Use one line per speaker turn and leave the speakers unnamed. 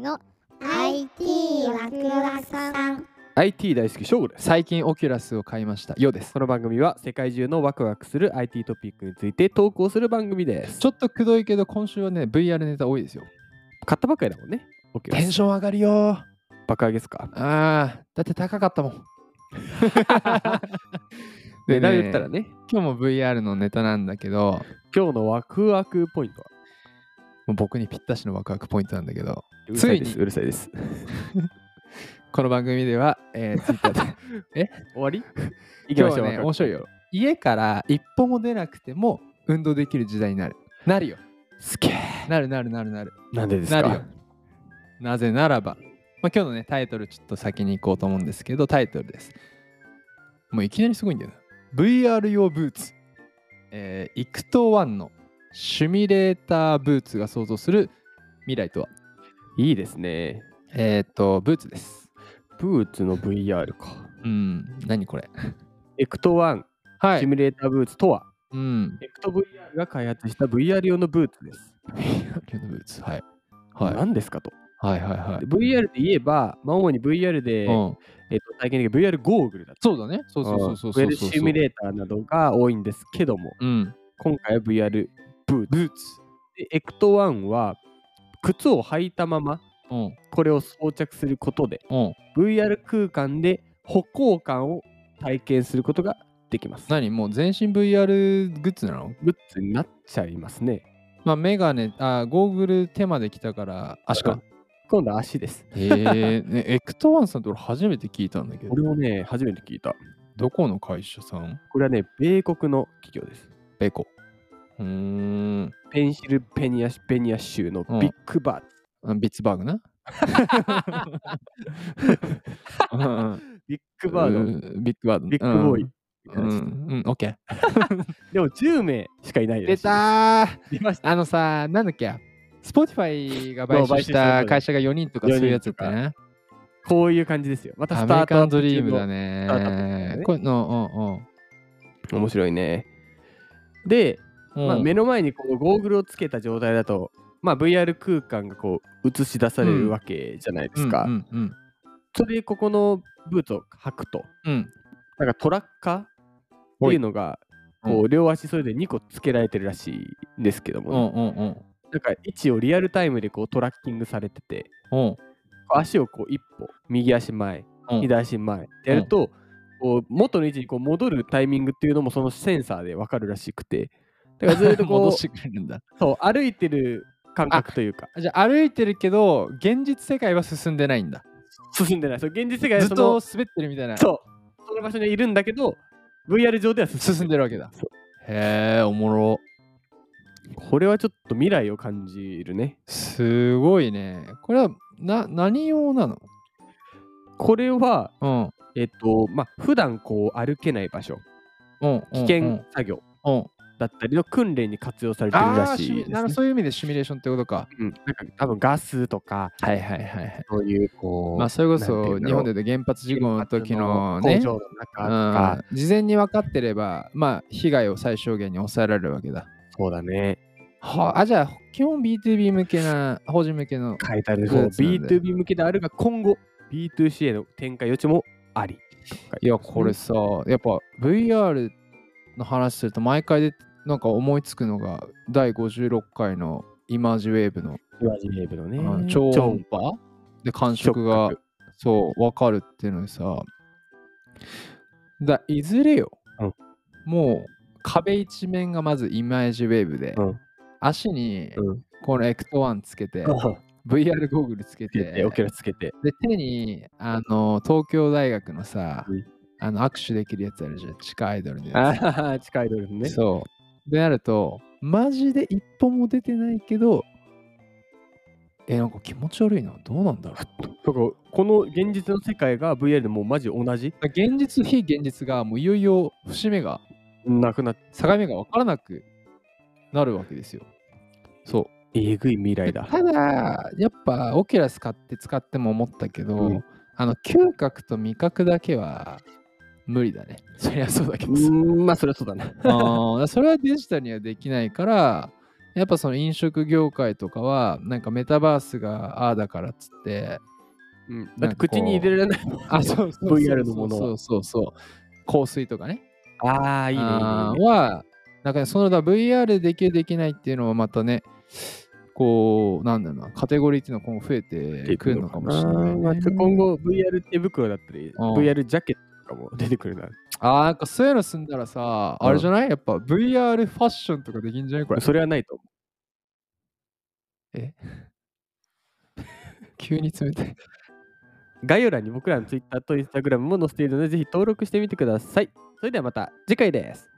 の
IT ワクワクさん
IT 大好き、ショーゴです。最近オキュラスを買いました。ようです。
この番組は世界中のワクワクする IT トピックについて投稿する番組です。
ちょっとくどいけど、今週はね、VR ネタ多いですよ。
買ったばかりだもんね。オッケー。
テンション上がるよ。
爆上げっすか。
あー、だって高かったもん。
で、
で
何
ね
言ったらね、
今日も VR のネタなんだけど、
今日のワクワクポイントは。
もう僕にぴったしのワクワクポイントなんだけど、
うるさい
つ
で
い
す、
に
うるさいです。
この番組では、 えー、Twitter で
終わり 行き
今
ま
日
しょ
は
う、ワクワ
ね、面
ク
白いよ。家から一歩も出なくても運動できる時代になる。なるよ。
すげえ。
なるなるなるなる。
なんでです
なるよ
か。
なぜならば、まあ、今日のね、タイトルちょっと先に行こうと思うんですけど、タイトルです。もういきなりすごいんだよな。VR 用ブーツ。えー、イクトワンのシミュレーターブーツが想像する未来とは。
いいですね。
えーっ、と、ブーツです。
ブーツの VR か。
うん、何これ。
エクトワン
は
シ
い。
ミュレーターブーツとは、
うん。
エクト VR が開発した VR 用のブーツです。
VR のブーツ。はい。はい。
何ですかと。
はいはいはい。
で VR で言えば、まあ、主に VR で、
うん、
えっと体験できる VR ゴーグルだった
そうだね。そうそうそうそうそうそう。
ウェルシミュレーターなどが多いんですけども、
うん。
今回は VR ブーツ。
ブーツ。
でエクトワンは、靴を履いたまま、
うん。
これを装着することで、
うん。
VR 空間で歩行感を体験することができます。
何もう全身 VR グッズなの
ブーツになっちゃいますね。
まあ、メガネ、あ、ゴーグル手まで来たから足
う
か
ん。。今度は足です。
へえ、ね、エクトワンさんって俺初めて聞いたんだけど
こ、れをね、初めて聞いた。
どこの会社さん
これはね、米国の企業です。
ベコ。うーん。
ペンシルペニアペニア州のビッグバーツ。
あビッツバーグな。うんうん
ビッグバード。
うんビッグバード。
ビッグボーイ
うん。うん、うん、オッケー。
でも10名しかいないらしい
出たー
出ました。
あのさ、なんだっけ、スポティファイが買
そう買収
収し
した
た
やつ
会社が4人とかそういうやつだったね。
こういう感じですよ。また
ア
ス
メ
ター
リ
トア
カ
ッ
ン
プ
ド
中
リームだ
のスタートアップだよ
ね
ね。
これの、う
面白いね。で、
んうん。
まあ、目
の
の前にこうゴーグルをつけた状態だと、まあ、VR 空間がこう映し出され
うん
るわけじゃないですか。
うんうん
それでここのブーツを履くと、
うん。うん
なんかトラッカーっていうのが、
おい
こう両足それで2個つけられてるらしいんですけど
う
も、
んうんうん。
なんか位置をリアルタイムでこうトラッキングされてて、
う
こ
ん
う足をこう一歩、右足前、
うん
左足前ってやると、こう元の位置にこう戻るタイミングっていうのもそのセンサーで分かるらしく て、だからずっとこ
戻
う
してくれるんだ。
そう歩いてる感覚というか、
じゃあ歩いてるけど、現実世界は進んでないんだ。
進んでない。そう現実世界
ず
は
っ
そ
と
の
滑ってるみたいな。
そうその場所にいるんだけど、VR 上では進
進んでるわけだ
そ。
へえ、おもろ。
これはちょっと未来を感じるね。
すごいね。これはな何用なの
これは、
うん。
えっと、まあ、普段こう歩けない場所、
うんうん。
危
う
険
ん
作業
うん。
だったりの訓練に活用されてる
あ
ら
あ
し
シ
いで
ミ
す、ね。
なるほどそういう意味でシミュレーションってことか。
うん、なんか多分ガスとか、
はいはいはいはい。
そういうこう、
まあそれこ
なんてい
そ
うんだろ
日
う
本で言うと原発事故の時
原
のね、
発の工場の中とか、
うん事前に分かってれば、まあ被害を最小限に抑えられるわけだ。
そうだね、
はあ、じゃあ基本 B2B 向けな、法人向けの。
書いてある
そう
そう
なんだよ
B2B 向けであるが、今後、B2C への展開余地もあり。
いや、これさ、やっぱ VR の話すると毎回でなんか思いつくのが第56回のイマージウェーブの
ブラジルブのね
あの超音波で感触が
触覚
そう分かるっていうのにさだいずれよ、
うん
もう壁一面がまずイメージウェーブで、
うん
足に
うん
このエクトワンつけて、VR ゴーグルつけ
つけ
て
て、オキュラスつけて。
で手にあの東京大学のさ、
うん
あの握手できるやつあるじゃん地下アイドルの
あ
や
あ、近いドルの
つ、
ね。
そうでなるとマジで一歩も出てないけどえなんか気持ち悪いなどうなんだろう
だからこの現実の世界が VR でもうマジ同じ
現実非現実がもういよいよ節目が
なくなっ
境目が分からなくなるわけですよ。そ
えぐい未来
う。
だ。
ただやっぱオキュラス買って使っても思ったけど、
うん
あの嗅覚と味覚だけは無理だね。そりゃそうだけ
う
どさ。
ーん、まあそれはそうだな。
あーそれはデジタルにはできないからやっぱその飲食業界とかはなんかメタバースがああだからっつって
うん、だって口に入れられないもんね。
あそうそうそう
VR のものは
そうそうそう香水とかね
ああ、いいねいいね
あ
いい
ー
ね。
はなんかねそのだ VR でできるできないっていうのはまたねこうなんだろうなカテゴリーっていうのは今後増えてくるのかもしれない、
あーまあ
ね、
今後 VR 手袋だったり、
うん
VR ジャケットとかも出てくるな。
あーなんかそういうの住んだらさ、
うん
あれじゃないやっぱ VR ファッションとかできんじゃないこれ
それはないと思
急に冷たい
う。概要欄に僕らの Twitter と Instagram も載せているので、ぜひ登録してみてください。それではまた次回です。